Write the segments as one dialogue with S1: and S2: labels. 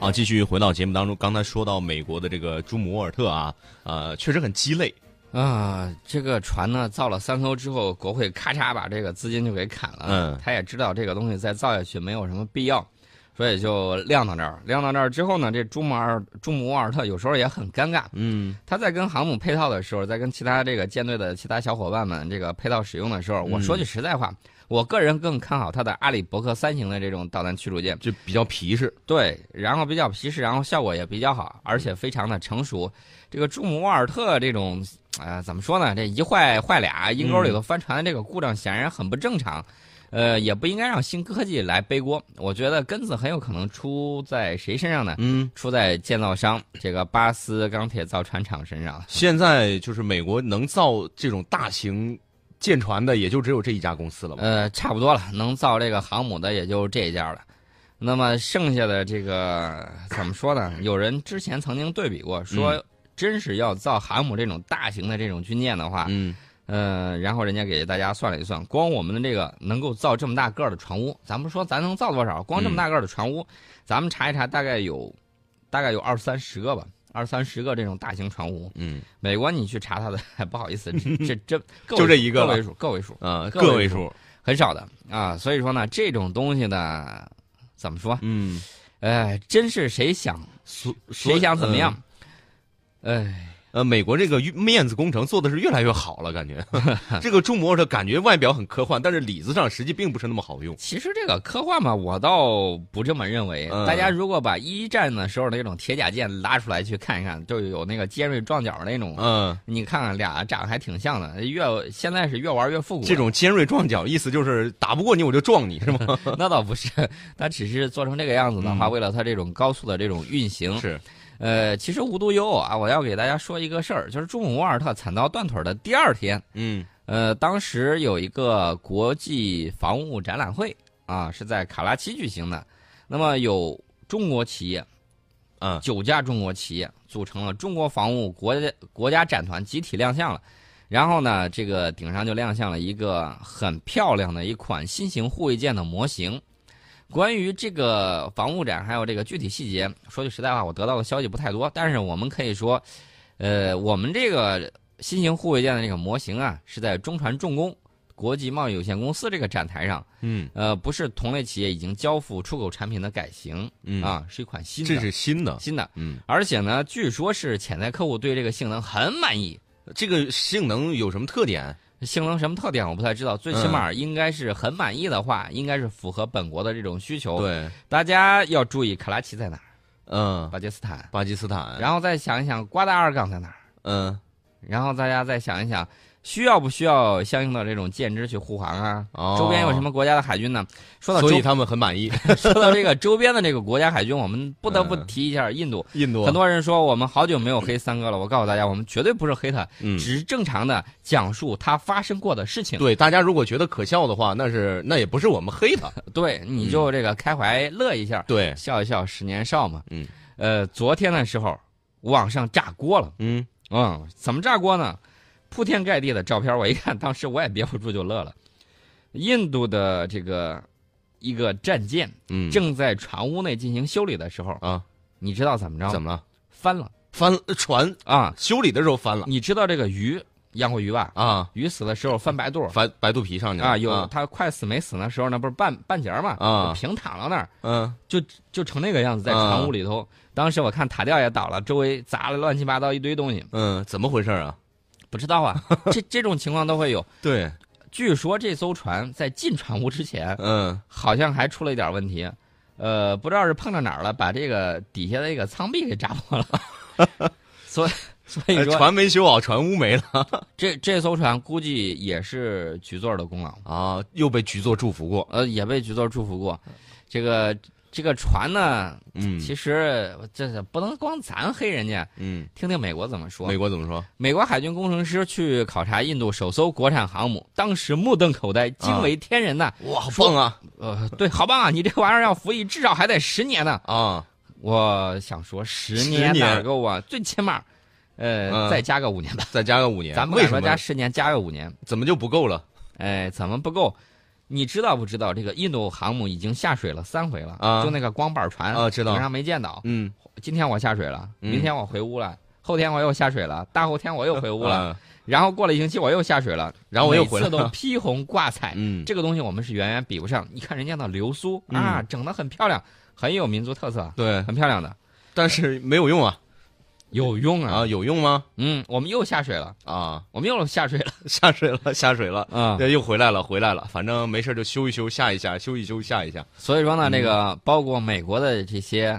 S1: 好，啊继续回到节目当中，刚才说到美国的这个朱姆沃尔特啊，呃，确实很鸡肋。
S2: 啊，这个船呢造了三艘之后，国会咔嚓把这个资金就给砍了。
S1: 嗯
S2: 他也知道这个东西再造下去没有什么必要，所以就晾到这儿。晾到这儿之后呢，这朱姆尔朱姆沃尔特有时候也很尴尬。
S1: 嗯
S2: 他在跟航母配套的时候，在跟其他这个舰队的其他小伙伴们这个配套使用的时候，我说句实在话，我个人更看好他的阿里伯克三型的这种导弹驱逐舰。
S1: 就比较皮实。
S2: 对，然后比较皮实，然后效果也比较好，而且非常的成熟。这个朱姆沃尔特这种，呃，怎么说呢？这一坏坏俩，阴沟里头翻船的这个故障显然很不正常，呃，也不应该让新科技来背锅。我觉得根子很有可能出在谁身上呢？
S1: 嗯，
S2: 出在建造商这个巴斯钢铁造船厂身上。
S1: 现在就是美国能造这种大型舰船的，也就只有这一家公司了吧？
S2: 呃，差不多了，能造这个航母的也就这一家了。那么剩下的这个怎么说呢？有人之前曾经对比过，
S1: 嗯
S2: 说真是要造航母这种大型的这种军舰的话，
S1: 嗯，
S2: 嗯、然后人家给大家算了一算，光我们的这个能够造这么大个儿的船坞，咱们说咱能造多少？光这
S1: 嗯
S2: 么大个儿的船坞，咱们查一查，大概有大概有二三十个吧，二三十个这种大型船坞。
S1: 嗯，
S2: 美国你去查它的， 不好意思，这这这
S1: 就这一个
S2: 个
S1: 了
S2: 位数，个位数。
S1: 呃，
S2: 个
S1: 个
S2: 位
S1: 位
S2: 数
S1: 数。
S2: 很少的啊，所以说呢，这种东西呢，怎么说？
S1: 嗯，
S2: 呃，真是谁想
S1: 所所
S2: 谁想怎么样？哎，
S1: 呃，美国这个面子工程做的是越来越好了，感 觉这个朱姆沃尔特感觉外表很科幻，但是里子上实际并不是那么好用。
S2: 其实这个科幻嘛，我倒不这么认为。
S1: 嗯
S2: 大家如果把一战的时候那种铁甲舰拉出来去看一看，就有那个尖锐撞角那种，
S1: 嗯，
S2: 你看看俩长得还挺像的。越现在是越玩越复古了，
S1: 这种尖锐撞角，意思就是打不过你我就撞你是吗？
S2: 那倒不是， 它只是做成这个样子的话，
S1: 嗯
S2: 为了它这种高速的这种运 行，
S1: 是，
S2: 呃，其实无独有偶啊，我要给大家说一个事儿，就是朱姆沃尔特惨遭断腿儿的第二天，
S1: 嗯
S2: 呃，当时有一个国际防务展览会啊，是在卡拉奇举行的。那么有中国企业，
S1: 啊，
S2: 九家中国企业组成了中国防务国家国家展团集体亮相了。然后呢，这个顶上就亮相了一个很漂亮的一款新型护卫舰的模型。关于这个防务展还有这个具体细节，说句实在话，我得到的消息不太多，但是我们可以说，呃，我们这个新型护卫舰的这个模型啊，是在中船重工国际贸易有限公司这个展台上，
S1: 嗯
S2: 呃，不是同类企业已经交付出口产品的改型
S1: 嗯，
S2: 啊，是一款新的，
S1: 这是新的，
S2: 新的，
S1: 嗯，
S2: 而且呢，据说是潜在客户对这个性能很满意。
S1: 这个性能有什么特点？
S2: 性能什么特点我不太知道，最起
S1: 嗯
S2: 码应该是很满意的话，应该是符合本国的这种需求。，
S1: 对，
S2: 大家要注意卡拉奇在哪儿，
S1: 嗯，
S2: 巴基斯坦，
S1: 巴基斯坦，
S2: 然后再想一想瓜达尔港在哪儿，
S1: 嗯，
S2: 然后大家再想一想，需要不需要相应的这种舰只去护航啊？
S1: 哦
S2: 周边有什么国家的海军呢？说到周
S1: 所以他们很满意。
S2: 说到这个周 边的这个国家海军，我们不得不
S1: 嗯
S2: 提一下印度。
S1: 印度
S2: 很多人说我们好久没有黑三哥了，我告诉大家，我们绝对不是黑他，
S1: 嗯
S2: 只。是正常的讲述它发生过的事情。
S1: 对，大家如果觉得可笑的话，那是那也不是我们黑他。
S2: 对，你就这个开怀乐一下，
S1: 对，
S2: 笑一笑十年少嘛。
S1: 嗯，
S2: 呃，昨天的时候，网上炸锅了。
S1: 嗯
S2: 嗯，怎么炸锅呢？铺天盖地的照片，我一看，当时我也憋不住就乐了。印度的这个一个战舰
S1: 嗯，
S2: 正在船坞内进行修理的时候，
S1: 啊，
S2: 你知道怎么着吗？
S1: 怎么了？
S2: 翻了
S1: 翻船
S2: 啊？
S1: 修理的时候翻了
S2: 你知道这个鱼养过鱼吧？
S1: 啊，
S2: 鱼死的时候翻白肚儿
S1: 翻白肚皮上去了
S2: 啊，有它快死没死的时候，那不是半半截儿嘛，
S1: 啊
S2: 就平躺到那儿，
S1: 嗯
S2: 就就成那个样子，在船坞里头。当时我看塔吊也倒了，周围砸了乱七八糟一堆东西，
S1: 嗯，怎么回事啊？
S2: 不知 道啊，这这种情况都会有。
S1: 对，
S2: 据说这艘船在进船坞之前，
S1: 嗯
S2: 好像还出了一点问题，呃，不知道是碰到哪儿了，把这个底下的这个舱壁给炸破了。 所以所以
S1: 哎
S2: 说，
S1: 船没修好，船坞没了。
S2: 这这艘船估计也是局座的功劳，
S1: 啊，又被局座祝福过。
S2: 呃，也被局座祝福过。这个这个船呢，
S1: 嗯
S2: 其实这是不能光咱黑人家，
S1: 嗯，
S2: 听听美国怎么说。
S1: 美国怎么说？
S2: 美国海军工程师去考察印度首艘国产航母，当时目瞪口呆，
S1: 啊
S2: 惊为天人呐！
S1: 哇，好
S2: 棒
S1: 啊！
S2: 呃，对，好棒啊！你这玩意儿要服役，至少还得十年呢。
S1: 啊，
S2: 我想说，十
S1: 十
S2: 年哪
S1: 年
S2: 够啊？最起码，呃，
S1: 嗯
S2: 再加个五年吧。
S1: 再加个五年，
S2: 咱不
S1: 为
S2: 敢
S1: 什
S2: 说
S1: 么
S2: 加十年，加个五年，
S1: 怎么就不够了？
S2: 哎，怎么不够？你知道不知道这个印度航母已经下水了三回了？
S1: 啊
S2: 就那个光板船
S1: 啊知道
S2: 顶上没见到。
S1: 嗯，
S2: 今天我下水了，
S1: 嗯
S2: 明天我回屋了，后天我又下水了，大后天我又回屋了，
S1: 啊，
S2: 然后过了一星期我又下水了，
S1: 然后我又回来
S2: 每次都披红挂彩。
S1: 嗯，
S2: 这个东西我们是远远比不上。你看人家那流苏
S1: 嗯
S2: 啊，整得很漂亮，很有民族特色，
S1: 对，
S2: 很漂亮的，
S1: 但是没有用啊
S2: 有用啊。
S1: 啊，有用吗？
S2: 嗯，我们又下水了，
S1: 啊，
S2: 我们又下水了
S1: 下水了，下水了。
S2: 啊。
S1: 对，又回来了，回来了，反正没事就修一修，下一下，修一修，下一下。
S2: 所以说
S1: 嗯
S2: 呢，这个包括美国的这些，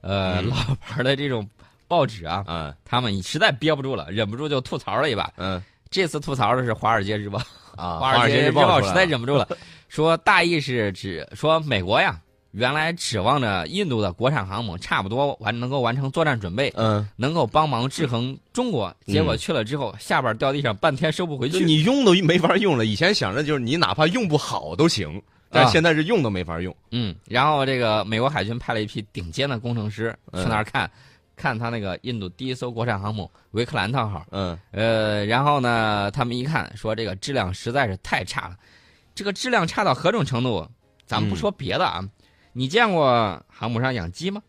S2: 呃，
S1: 嗯
S2: 老牌的这种报纸啊，
S1: 嗯
S2: 他们实在憋不住了，忍不住就吐槽了一把。
S1: 嗯
S2: 这次吐槽的是《华尔街日报》，
S1: 啊，
S2: 华尔街
S1: 日
S2: 日报》
S1: 出
S2: 实
S1: 来
S2: 在
S1: 了
S2: 忍不住 了，说大意是指说美国呀，原来指望着印度的国产航母差不多完能够完成作战准备，
S1: 嗯，
S2: 能够帮忙制衡中国，结果去了之后下边掉地上半天收不回
S1: 就
S2: 去。
S1: 你用都没法用了。以前想着就是你哪怕用不好都行，但
S2: 啊
S1: 现在是用都没法用。
S2: 嗯，然后这个美国海军派了一批顶尖的工程师去
S1: 嗯
S2: 那儿看，看他那个印度第一艘国产航母维克兰特号。
S1: 嗯
S2: 呃，然后呢，他们一看说这个质量实在是太差了，这个质量差到何种程度？咱们不
S1: 嗯
S2: 说别的啊，你见过航母上养鸡吗？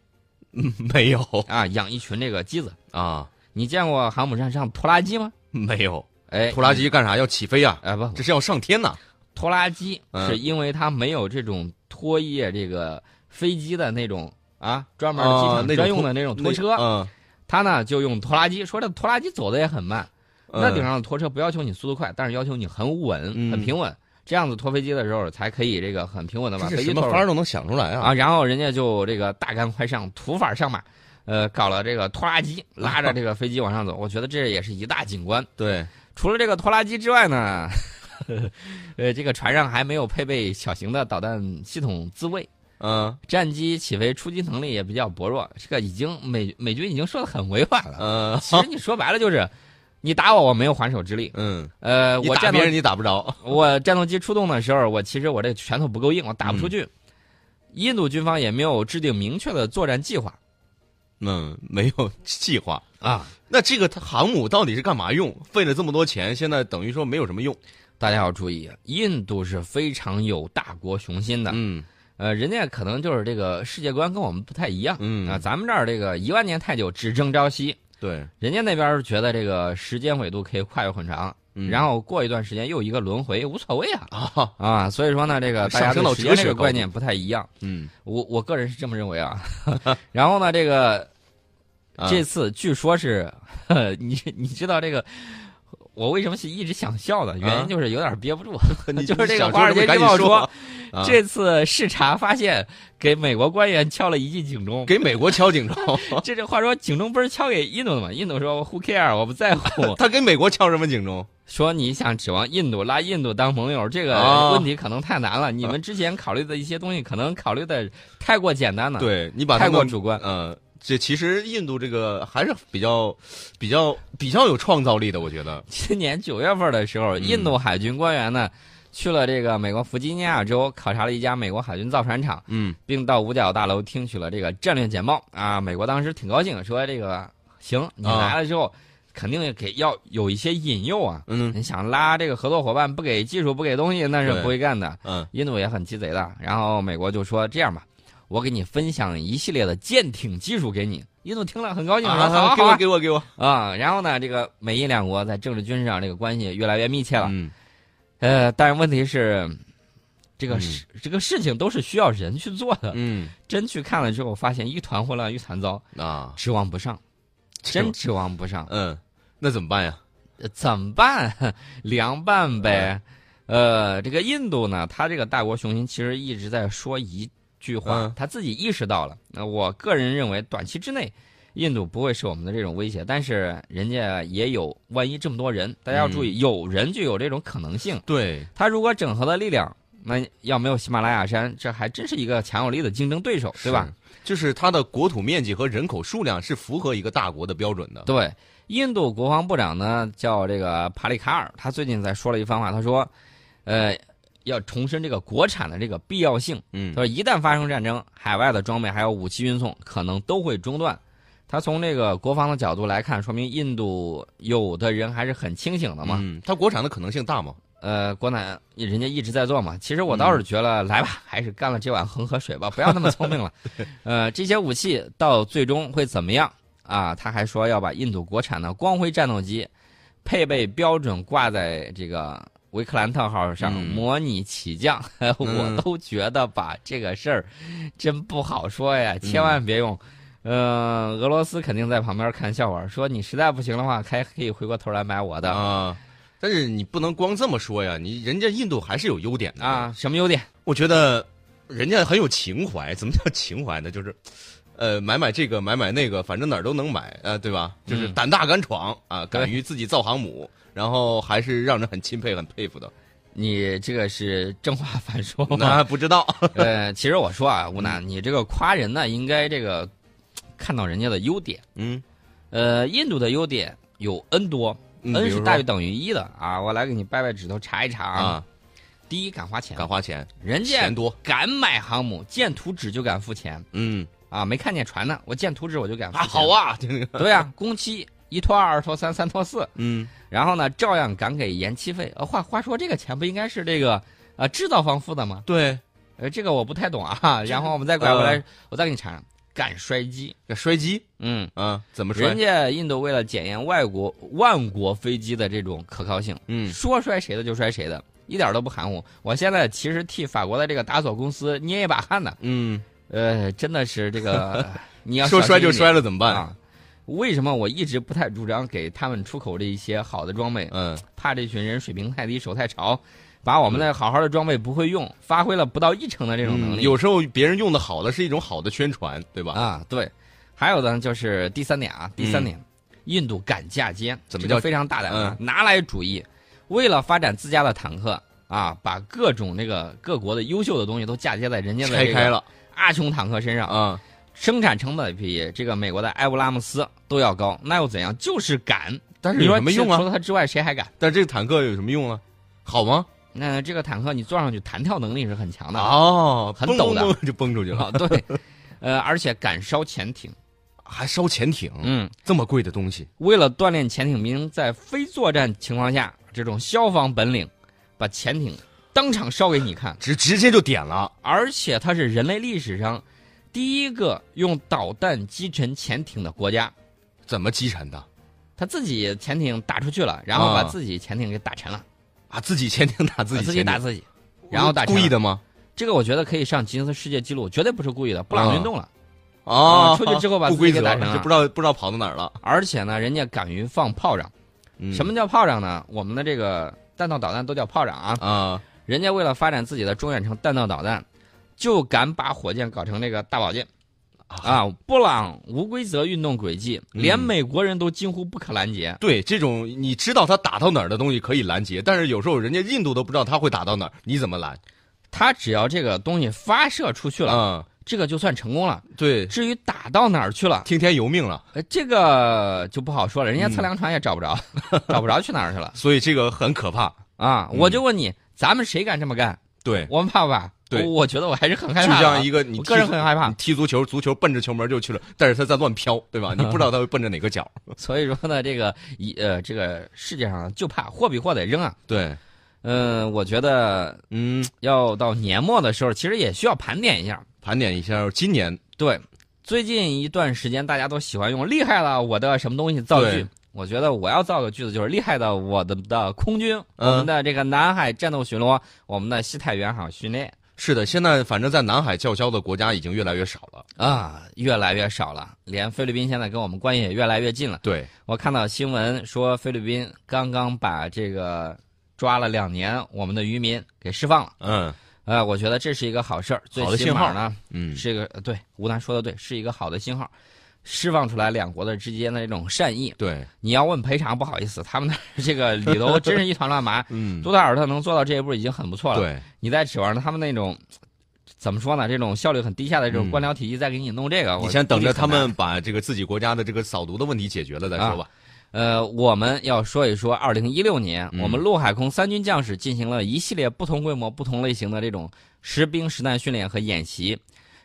S1: 没有
S2: 啊，养一群这个鸡子。
S1: 啊，
S2: 你见过航母上上拖拉机吗？
S1: 没有。
S2: 哎，
S1: 拖拉机干啥？要起飞啊？
S2: 哎不，
S1: 这是要上天呐！
S2: 拖拉机
S1: 嗯
S2: 是因为它没有这种拖曳这个飞机的那种啊，专门的机
S1: 啊那种
S2: 场专用的那种拖哦车，
S1: 嗯，
S2: 它呢就用拖拉机。说这拖拉机走的也很慢，
S1: 嗯
S2: 那顶上的拖车不要求你速度快，但是要求你很稳、
S1: 嗯
S2: 很平稳，这样子拖飞机的时候才可以这个很平稳的把
S1: 这
S2: 飞
S1: 是
S2: 机
S1: 什么
S2: 拖
S1: 法
S2: 出来
S1: 儿都能想出来啊！
S2: 啊。然后人家就这个大干快上，土法上马，呃，搞了这个拖拉机拉着这个飞机往上走，我觉得这也是一大景观。
S1: 对，
S2: 除了这个拖拉机之外呢， 呃，这个船上还没有配备小型的导弹系统自卫，
S1: 嗯
S2: 战机起飞出击能力也比较薄弱。这个已经美美军已经说的很委婉了。
S1: 嗯
S2: 其实你说白了就是，你打我，我没有还手之力。
S1: 嗯，
S2: 呃，
S1: 你
S2: 我
S1: 打
S2: 战斗
S1: 别人你打不着。
S2: 我战斗机出动的时候，我其实我这拳头不够硬，我打不出
S1: 嗯
S2: 去。印度军方也没有制定明确的作战计划
S1: 嗯，没有计划。
S2: 啊。
S1: 那这个它航母到底是干嘛用？费了这么多钱，现在等于说没有什么用。
S2: 大家要注意，印度是非常有大国雄心的。
S1: 嗯
S2: 呃，人家可能就是这个世界观跟我们不太一样。
S1: 嗯
S2: 啊，咱们这儿这个一万年太久，只争朝夕。
S1: 对，
S2: 人家那边儿觉得这个时间纬度可以跨越很长，
S1: 嗯
S2: 然后过一段时间又一个轮回，无所谓啊
S1: 啊，
S2: 啊！所以说呢，这个大家
S1: 上升到
S2: 对时间
S1: 哲
S2: 这
S1: 学
S2: 个
S1: 高
S2: 观
S1: 度
S2: 念不太一样。
S1: 嗯，
S2: 我我个人是这么认为 啊。然后呢，这个
S1: 啊
S2: 这 次据说是， 呵你你知道这个，我为什么是一直想笑呢？原因
S1: 嗯
S2: 就是有点憋不住。
S1: 你
S2: 就是这个
S1: 想
S2: 华尔
S1: 说什么
S2: 街
S1: 赶
S2: 日
S1: 紧
S2: 报
S1: 说
S2: 说
S1: 吧，，啊
S2: 这次视察发现给美国官员敲了一记警钟。
S1: 给美国敲警钟，。
S2: 这这话说，警钟不是敲给印度的吗？印度说 “Who care？我不在乎
S1: 他给美国敲什么警钟？”
S2: 说你想指望印度拉印度当盟友，这个
S1: 啊
S2: 问题可能太难了。你们之前考虑的一些东西，可能考虑的太过简单了，
S1: 对你把
S2: 啊太
S1: 他
S2: 过
S1: 们
S2: 主观。
S1: 呃，这其实印度这个还是比较、比较、比较有创造力的，我觉得。
S2: 今年九月份的时候，
S1: 嗯
S2: 印度海军官员呢去了这个美国弗吉尼亚州，考察了一家美国海军造船厂，
S1: 嗯
S2: 并到五角大楼听取了这个战略简报。啊，美国当时挺高兴，说这个行，你
S1: 啊
S2: 来了之后，肯定给要有一些引诱啊。
S1: 嗯
S2: 你想拉这个合作伙伴，不给技术，不给东西，那是
S1: 对
S2: 不会干的。
S1: 嗯
S2: 印度也很鸡贼的，然后美国就说这样吧，我给你分享一系列的舰艇技术给你。印度听了很高兴，说好啊
S1: 给
S2: 好
S1: 我
S2: 啊
S1: 给我给我。
S2: 啊、然后呢，这个美印两国在政治军事上这个关系越来越密切了。
S1: 嗯
S2: 呃，但是问题是，这个
S1: 嗯
S2: 事、这个事情都是需要人去做的。
S1: 嗯
S2: 真去看了之后，发现一团混乱，一团糟，
S1: 啊，
S2: 指望不上，真指望不上，
S1: 嗯，那怎么办呀？
S2: 呃怎么办？ 凉拌呗。呃，这个印度呢，他这个大国雄心其实一直在说一句话
S1: 嗯，
S2: 他自己意识到了。那我个人认为，短期之内。印度不会是我们的这种威胁，但是人家也有，万一这么多人，大家要注意，有人就有这种可能性。
S1: 对，
S2: 他如果整合了力量，那要没有喜马拉雅山，这还真是一个强有力的竞争对手，对吧？
S1: 是？就是它的国土面积和人口数量是符合一个大国的标准的。
S2: 对，印度国防部长呢叫这个帕利卡尔，他最近在说了一番话，他说，呃，要重申这个国产的这个必要性。
S1: 嗯
S2: 他说，一旦发生战争，海外的装备还有武器运送可能都会中断。他从这个国防的角度来看，说明印度有的人还是很清醒的嘛。
S1: 嗯，它国产的可能性大吗？
S2: 呃，国南人家一直在做嘛。其实我
S1: 嗯
S2: 倒是觉得，来吧，还是干了这碗恒河水吧，不要那么聪明 了。呃，这些武器到最终会怎么样啊？他还说要把印度国产的光辉战斗机配备标准挂在这个维克兰特号上，
S1: 嗯
S2: 模拟起降。
S1: 嗯
S2: 我都觉得吧，这个事儿真不好说呀，
S1: 嗯
S2: 千万别用。呃，俄罗斯肯定在旁边看笑话，说你实在不行的话，还可以回过头来买我的。
S1: 啊。但是你不能光这么说呀，你人家印度还是有优点的
S2: 啊，什么优点？
S1: 我觉得人家很有情怀，怎么叫情怀呢？就是，呃，买买这个，买买那个，反正哪儿都能买，呃，对吧？就是
S2: 嗯
S1: 胆大敢闯啊，
S2: 对
S1: 敢于自己造航母，然后还是让人很钦佩、很佩服的。
S2: 你这个是正话反说吗？
S1: 那嗯不知道，
S2: 呃，其实我说啊，吴楠，你这个夸人呢，应该这个看到人家的优点。
S1: 嗯
S2: 呃，印度的优点有 n 多
S1: 嗯
S2: ，n
S1: 比如
S2: 是
S1: 说
S2: 大于等于一的啊。我来给你掰掰指头查一查啊。
S1: 啊，
S2: 第一，敢花钱，
S1: 敢花钱，
S2: 人家
S1: 钱多，
S2: 敢买航母，见图纸就敢付钱
S1: 嗯
S2: 啊。没看见船呢，我见图纸我就敢付
S1: 啊，
S2: 钱。
S1: 好，啊，这个
S2: 对啊，工期一拖二，二拖三，三拖四。
S1: 嗯
S2: 然后呢，照样敢给延期费。呃，话话说，这个钱不应该是这个呃制造方付的吗？
S1: 对，
S2: 呃，这个我不太懂啊。 然后我们再拐回
S1: 呃
S2: 来，我再给你查查。敢摔机，
S1: 这摔机
S2: 嗯，
S1: 啊，怎么摔
S2: 人？家印度为了检验外国万国飞机的这种可靠性，
S1: 嗯
S2: 说摔谁的就摔谁的，一点都不含糊。我现在其实替法国的这个达索公司捏一把汗呢。
S1: 嗯，
S2: 呃，真的是这个， 你要
S1: 说
S2: 小
S1: 摔
S2: 心
S1: 就
S2: 一点
S1: 摔了怎么办？
S2: 啊。为什么我一直不太主张给他们出口这一些好的装备？
S1: 嗯，
S2: 怕这群人水平太低，手太潮，把我们的好好的装备不会用，发挥了不到一成的这种能
S1: 嗯
S2: 力。
S1: 有时候别人用的好的是一种好的宣传，对吧？嗯
S2: 啊，对。还有呢，就是第三点啊，第三点，印度敢嫁接，
S1: 怎么
S2: 这
S1: 叫
S2: 个
S1: 嗯
S2: 非常大胆啊？拿来主义，为了发展自家的坦克啊，把各种这个各国的优秀的东西都嫁接在人家的、这
S1: 拆
S2: 个、
S1: 开了
S2: 阿琼坦克身上，
S1: 啊，
S2: 生产成本比这个美国的埃布拉姆斯都要高，那又怎样？就是敢。
S1: 但是
S2: 你
S1: 有
S2: 说
S1: 什么用
S2: 除
S1: 啊？
S2: 除了它之外，谁还敢？
S1: 但这个坦克有什么用啊？好吗？
S2: 那这个坦克你坐上去，弹跳能力是很强的。
S1: 哦，
S2: 很
S1: 蹦
S2: 陡的
S1: 蹦蹦就蹦出去了，
S2: 啊，对，呃，而且敢烧潜艇，
S1: 还烧潜艇，
S2: 嗯，
S1: 这么贵的东西，
S2: 为了锻炼潜艇兵在非作战情况下这种消防本领，把潜艇当场烧给你看，
S1: 直直接就点了。
S2: 而且它是人类历史上第一个用导弹击沉潜艇的国家，
S1: 怎么击沉的
S2: 他自己潜艇打出去了，然后
S1: 啊
S2: 把自己潜艇给打沉了，
S1: 啊？自己潜艇打自己，
S2: 自己打，自己，然后打沉
S1: 故意
S2: 了。
S1: 的吗？
S2: 这个我觉得可以上吉尼斯世界纪录，绝对不是故意的，布朗运动了。
S1: 哦，
S2: 啊出去之后把
S1: 不
S2: 自
S1: 规
S2: 己给
S1: 则
S2: 打沉了
S1: 就不知道不知道跑到哪儿了。
S2: 而且呢，人家敢于放炮仗。
S1: 啊嗯
S2: 什么叫炮仗呢？我们的这个弹道导弹都叫炮仗啊。
S1: 啊？
S2: 人家为了发展自己的中远程弹道导弹，就敢把火箭搞成这个大宝剑啊！布朗无规则运动轨迹，
S1: 嗯
S2: 连美国人都惊呼不可拦截。
S1: 对，这种你知道他打到哪儿的东西可以拦截，但是有时候人家印度都不知道他会打到哪儿，你怎么拦？
S2: 他只要这个东西发射出去了，
S1: 啊，
S2: 这个就算成功了。
S1: 对，
S2: 至于打到哪儿去了，
S1: 听天由命了。
S2: 呃这个就不好说了。人家测量船也找不着，找不着去哪儿去 了
S1: 所以这个很可怕。
S2: 啊！
S1: 嗯
S2: 我就问你，咱们谁敢这么干？
S1: 对，
S2: 我们怕不怕？
S1: 对
S2: 我我觉得我还是很害
S1: 就
S2: 怕的啊。
S1: 像一个嗯你
S2: 我
S1: 踢
S2: 个人
S1: 足
S2: 很害怕
S1: 你，踢足球，足球奔着球门就去了，但是他在乱飘，对 吧？你不知道他会奔着哪个角。
S2: 所以说呢，这个一呃，这个世界上就怕货比货得扔啊。
S1: 对，
S2: 嗯、我觉得
S1: 嗯，
S2: 要到年末的时候，其实也需要盘点一下。
S1: 盘点一下今年，
S2: 对，最近一段时间大家都喜欢用“厉害了我的什么东西”造句
S1: 对，
S2: 我觉得我要造个句子就是“厉害的我的的空军，我
S1: 嗯，
S2: 们的这个南海战斗巡逻，我们的西太原海训练
S1: 是的，现在反正在南海叫嚣的国家已经越来越少了。
S2: 啊，越来越少了。连菲律宾现在跟我们关系也越来越近了。
S1: 对，
S2: 我看到新闻说，菲律宾刚刚把这个抓了两年我们的渔民给释放了。
S1: 嗯
S2: 呃，我觉得这是一个好事儿，最
S1: 好的
S2: 起
S1: 信
S2: 码
S1: 号
S2: 呢
S1: 嗯，
S2: 是一个呃对吴楠说的对，是一个好的信号，释放出来两国的之间的这种善意。
S1: 对，
S2: 你要问赔偿，不好意思，他们那这个里 头真是一团乱麻。
S1: 嗯，
S2: 杜特尔特能做到这一步已经很不错了，
S1: 对，
S2: 你再指望着他们那种怎么说呢？这种效率很低下的这种
S1: 嗯
S2: 官僚体系再给你弄这个，我
S1: 你先等
S2: 估
S1: 着
S2: 计
S1: 啊
S2: 很
S1: 他
S2: 难
S1: 们把这个自己国家的这个扫毒的问题解决了再说吧。
S2: 呃，我们要说一说二零一六年，
S1: 嗯
S2: 我们陆海空三军将士进行了一系列不同规模、不同类型的这种实兵实弹训练和演习。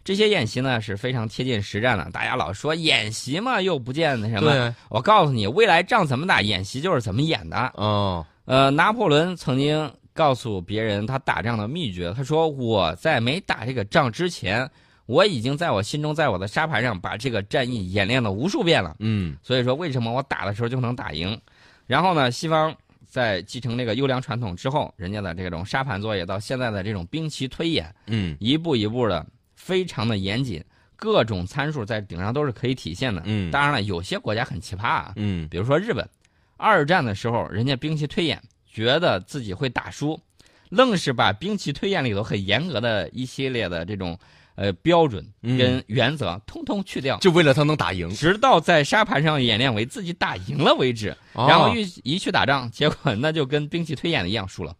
S2: 这些演习呢是非常贴近实战的。大家老说演习嘛，又不见那什么。
S1: 对，
S2: 我告诉你，未来仗怎么打，演习就是怎么演的。
S1: 哦，
S2: 呃，拿破仑曾经告诉别人他打仗的秘诀。他说：“我在没打这个仗之前，我已经在我心中，在我的沙盘上把这个战役演练了无数遍了。
S1: 嗯
S2: 所以说，为什么我打的时候就能打赢？然后呢，西方在继承这个优良传统之后，人家的这种沙盘作业到现在的这种兵棋推演，
S1: 嗯
S2: 一步一步的，非常的严谨，各种参数在顶上都是可以体现的。
S1: 嗯
S2: 当然了，有些国家很奇葩啊，
S1: 嗯
S2: 比如说日本，二战的时候，人家兵棋推演觉得自己会打输，愣是把兵棋推演里头很严格的一系列的这种呃标准
S1: 嗯
S2: 跟原则，通通去掉。
S1: 就为了他能打赢，
S2: 直到在沙盘上演练为自己打赢了为止，
S1: 哦
S2: 然后一一去打仗，结果那就跟兵棋推演的一样输了，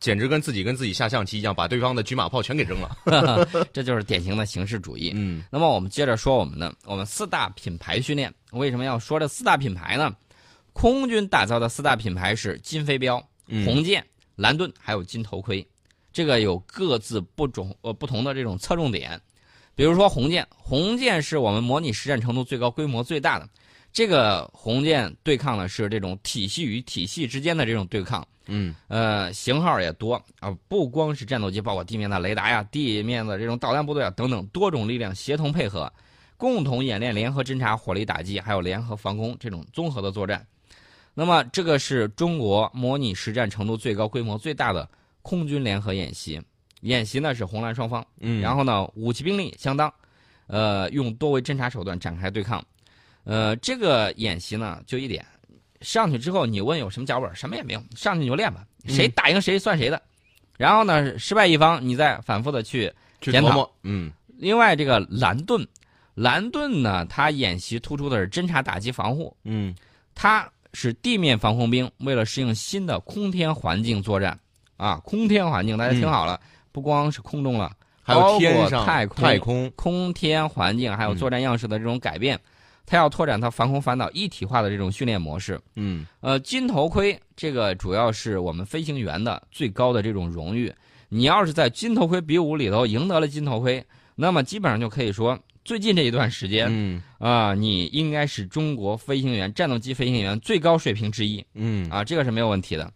S1: 简直跟自己跟自己下象棋一样，把对方的车马炮全给扔了。
S2: 这就是典型的形式主义。
S1: 嗯
S2: 那么我们接着说我们的我们四大品牌训练，为什么要说这四大品牌呢？空军打造的四大品牌是金飞镖、
S1: 嗯
S2: 红箭、蓝盾，还有金头盔，这个有各自不种呃不同的这种侧重点。比如说红箭，红箭是我们模拟实战程度最高、规模最大的。这个红箭对抗的是这种体系与体系之间的这种对抗，
S1: 嗯
S2: 呃，型号也多啊，不光是战斗机，包括地面的雷达呀、地面的这种导弹部队啊等等多种力量协同配合，共同演练联合侦察、火力打击，还有联合防空这种综合的作战。那么，这个是中国模拟实战程度最高、规模最大的空军联合演习。演习呢是红蓝双方，
S1: 嗯，
S2: 然后呢武器兵力相当，呃，用多维侦察手段展开对抗。呃，这个演习呢就一点，上去之后你问有什么脚本，什么也没有，上去你就练吧，谁
S1: 嗯
S2: 打赢谁算谁的。然后呢，失败一方你再反复的去
S1: 去
S2: 检
S1: 琢
S2: 讨
S1: 磨，嗯
S2: 另外，这个蓝盾，蓝盾呢，它演习突出的是侦察、打击、防护，
S1: 嗯
S2: 它是地面防空兵，为了适应新的空天环境作战啊，空天环境大家听好了，不光是空中了，
S1: 还有
S2: 包
S1: 天
S2: 括
S1: 上
S2: 太空
S1: 太空，
S2: 空天环境还有作战样式的这种改变，它要拓展它防空反导一体化的这种训练模式。
S1: 嗯
S2: 呃，金头盔这个主要是我们飞行员的最高的这种荣誉。你要是在金头盔比武里头赢得了金头盔，那么基本上就可以说，最近这一段时间
S1: 嗯
S2: 啊、你应该是中国飞行员、战斗机飞行员最高水平之一
S1: 嗯
S2: 啊，这个是没有问题的。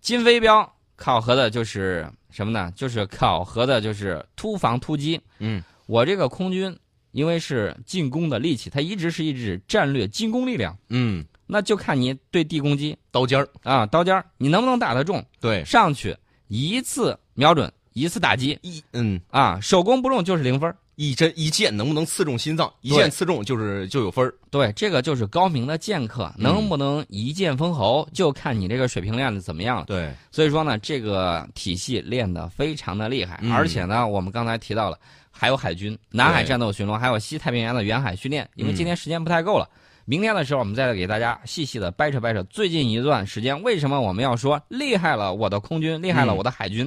S2: 金飞镖考核的就是什么呢？就是考核的就是突防突击。
S1: 嗯
S2: 我这个空军因为是进攻的利器，它一直是一支战略进攻力量，
S1: 嗯，
S2: 那就看你对地攻击。
S1: 刀尖儿，
S2: 啊，刀尖儿，你能不能打得中？
S1: 对，
S2: 上去一次瞄准，一次打击
S1: 一嗯
S2: 啊，手工不中就是零分儿。
S1: 一针一箭能不能刺中心脏？一
S2: 对
S1: 箭刺中就是就有分儿。
S2: 对，这个就是高明的剑客，
S1: 嗯
S2: 能不能一剑封喉，就看你这个水平练的怎么样了。
S1: 对，
S2: 所以说呢，这个体系练得非常的厉害，
S1: 嗯
S2: 而且呢，我们刚才提到了，还有海军南海战斗巡逻，还有西太平洋的远海训练。因为
S1: 嗯
S2: 今天时间不太够了，明天的时候我们再给大家细细的掰扯掰扯最近一段时间为什么我们要说厉害了我的空军，厉害了
S1: 嗯
S2: 我的海军。